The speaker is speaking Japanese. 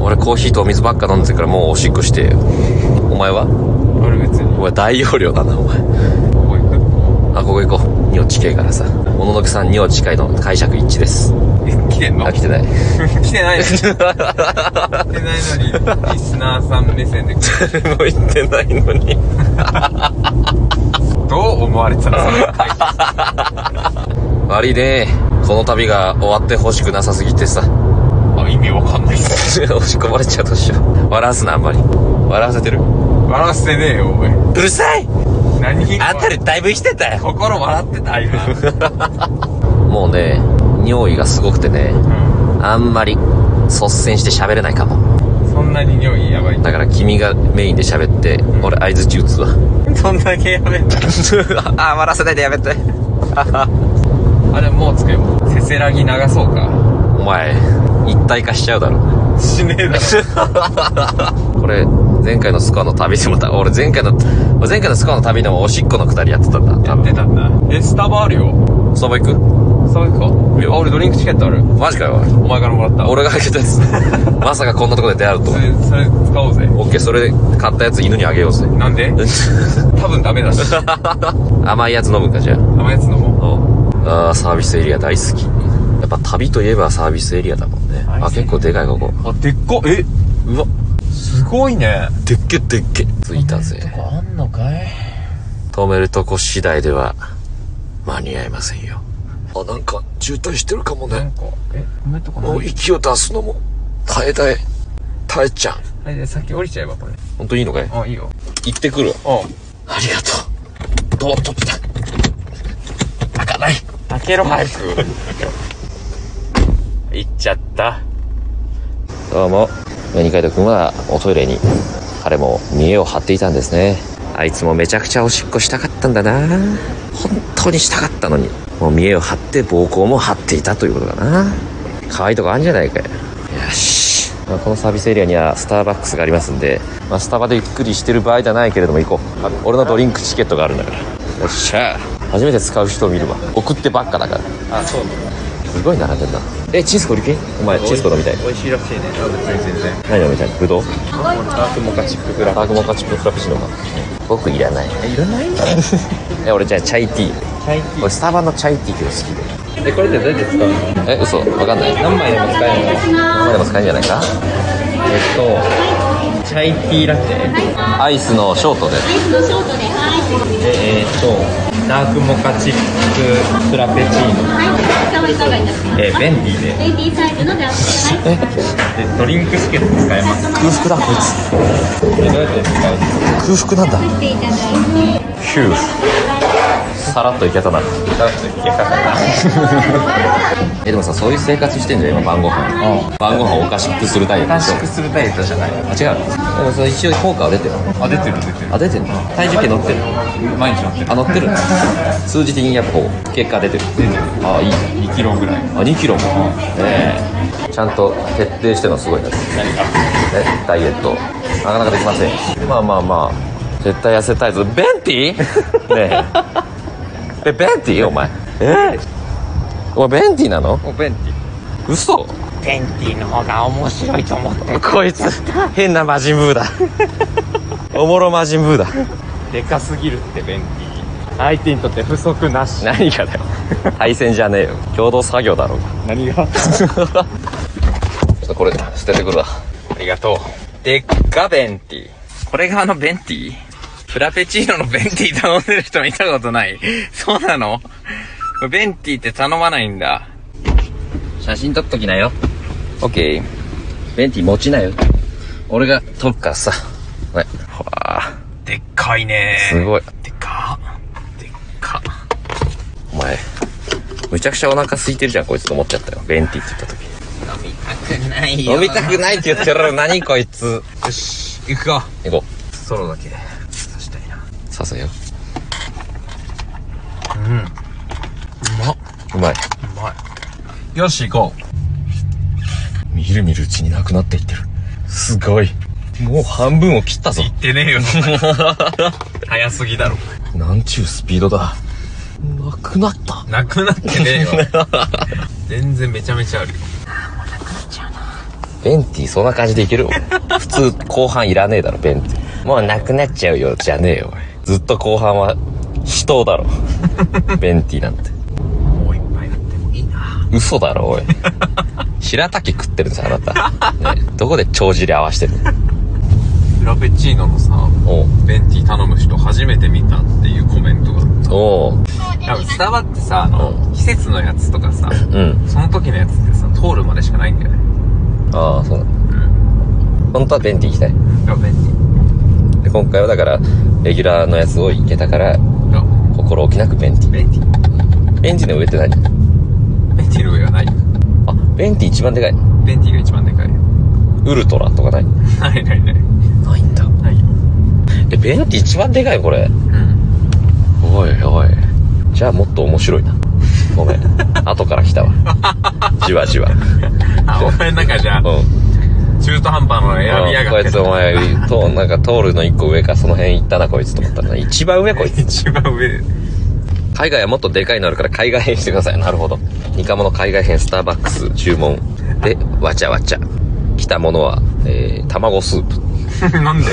俺コーヒーとお水ばっか飲んでるからもうおしっこしてよお前は俺別にお前大容量だなお前ここ行あここ行こう尿近いからさ小野の木さん尿近いの解釈一致ですくえ来てんのあ来てない 来てないのに来てないのにリスナーさん目線で誰も言ってないのにどう思われて たのそれ会議悪いねこの旅が終わってほしくなさすぎてさあ意味わかんないっす押し込まれちゃうとしよう笑わすなあんまり笑わせてるう笑わせてねえよお前るさい何あんたでだいぶ生きてたよ心笑ってた 今、もうね尿意がすごくてねうあんまり率先して喋れないかもん、そんなに匂いやばいだから君がメインで喋って俺相づち打つわそんだけやべえああ笑わせないでやめてあれもうつくよせせらぎ流そうかお前一体化しちゃうだろしねえだろこれ前回のスコアの旅でもた俺前回の前回のスコアの旅でもおしっこのくだりやってたんだや多って分たんだえスタバあるよスタバ行くそういかやあ俺ドリンクチケットあるマジかよお前からもらった俺が開けたや つまさかこんなとこで出会うとそはれそれ使おうぜオッケーそれ買ったやつ犬にあげようぜなん で多分ダメだし甘いやつ飲むかじゃ甘いやつ飲もうああーサービスエリア大好きやっぱ旅といえばサービスエリアだもんねあ結構でかいここあでっかえうわすごいねでっけでっけ着いたぜあんのかい止めるとこ次第では間に合いませんよあなんか渋滞してるかもなんかえごめんとこもなうい息を出すのも耐え耐え耐えちゃうはいで先降りちゃえばこれ本当にいいのかいあいいよ行ってくるあありがとうドア取った開かない開けろ早く行っちゃったどうも二階堂君はおトイレに彼も見栄を張っていたんですねあいつもめちゃくちゃおしっこしたかったんだな本当にしたかったのにもう見栄を張って膀胱も張っていたということだな可愛いとこあるんじゃないかよよし、まあ、このサービスエリアにはスターバックスがありますんで、まあ、スタバでゆっくりしてる場合じゃないけれども行こう俺のドリンクチケットがあるんだからよっしゃ初めて使う人を見るわ送ってばっかだからあそうなすごい並んでんなえチンスコ売り切れお前チンスコ飲みたい美味しいらしいねあ別に全然何飲みたいぶどうダークモカチップグラフダークモカチップフラペチーノか僕いらないいらないんだえ俺じゃあチャイティー最近俺スタバのチャイティー結構好えこれってどうやって使うのきでえ嘘わかんない何枚でも使えるの何でも使えんじゃないかえっとチャイティーラテアイスのショートでえっとダークモカチップフラペチーノえー、ベンディーでえでドリンクチケット使えます空腹だこいつこれどうやって使うの空腹なんだヒューさらっといけたなダークといけたかえでもさそういう生活してんじゃん今晩ご飯晩ご飯おかしくするタイプでしょするダイエットじゃないあ違うでもそれ一応効果は出てるあ出てる出てあ出てんの体重計乗ってるる毎日乗ってるあ乗って る数字的にやっぱこう結果出てる出てるあいいじゃん2キロぐらいあ2キロもねえちゃんと徹底してるのすごいなね何かダイエットなかなかできませんまあまあまあ絶対痩せたいぞベンテ ィねええベンティお前ええお前ベンティなのおベンティ嘘ベンティーの方が面白いと思ってこいつ変な魔人ブーだおもろ魔人ブーだでかすぎるってベンティー相手にとって不足なし何がだよ対戦じゃねえよ共同作業だろうが何がちょっとこれ捨ててくるわありがとうでっかベンティーこれがあのベンティーフラペチーノのベンティー頼んでる人見たことないそうなのベンティーって頼まないんだ写真撮っときなよオッケーベンティ持ちなよ俺が撮るからさこれほわあでっかいねすごいでっかでっかお前むちゃくちゃお腹空いてるじゃんこいつと思っちゃったよベンティって言った時飲みたくない飲みたくないって言ってる何こいつよし行くか行こソロだけ刺したいなうさせようまっうまいうまいよし行こみるみるうちになくなっていってるすごいもう半分を切ったぞうって ねえよ早すぎだろなんちゅうスピードだなくなったな くなってねえよ全然めちゃめちゃあるよベンティーそんな感じでいけ る普通後半いらねえだろベンティーもうなくなっちゃうよじゃねえよおいずっと後半は人 だろベンティーなんてもう一杯あってもいいな嘘だろおい白滝食ってるんですよあな た、ね、どこで帳尻合わしてるのフラペチーノのさおうベンティー頼む人初めて見たっていうコメントがおう多分スタバってさあの季節のやつとかさうんその時のやつってさ通るまでしかないんだよねああそうだうん本当はベンティー行きたいラベンティで今回はだからレギュラーのやつを行けたからーラ心置きなくベンティベンティーーベンティーの上って何ベンティーの上はないよあベンティー一番でかいのベンティーが一番でかいよウルトラとかないないないないないんだないよえベンティー一番でかいこれうんおいおいじゃあもっと面白いなごめん 後から来たわじわじわあお前の中じゃあうん中途半端なの選びやうんがこっいてつお前となんか通るの一個上かその辺行ったなこいつと思ったら一番上こいつ 一番上海外はもっとでかいのあるから海外編してくださいなるほどニカモの海外編スターバックス注文でわちゃわちゃ来たものは、えー、卵スープなんで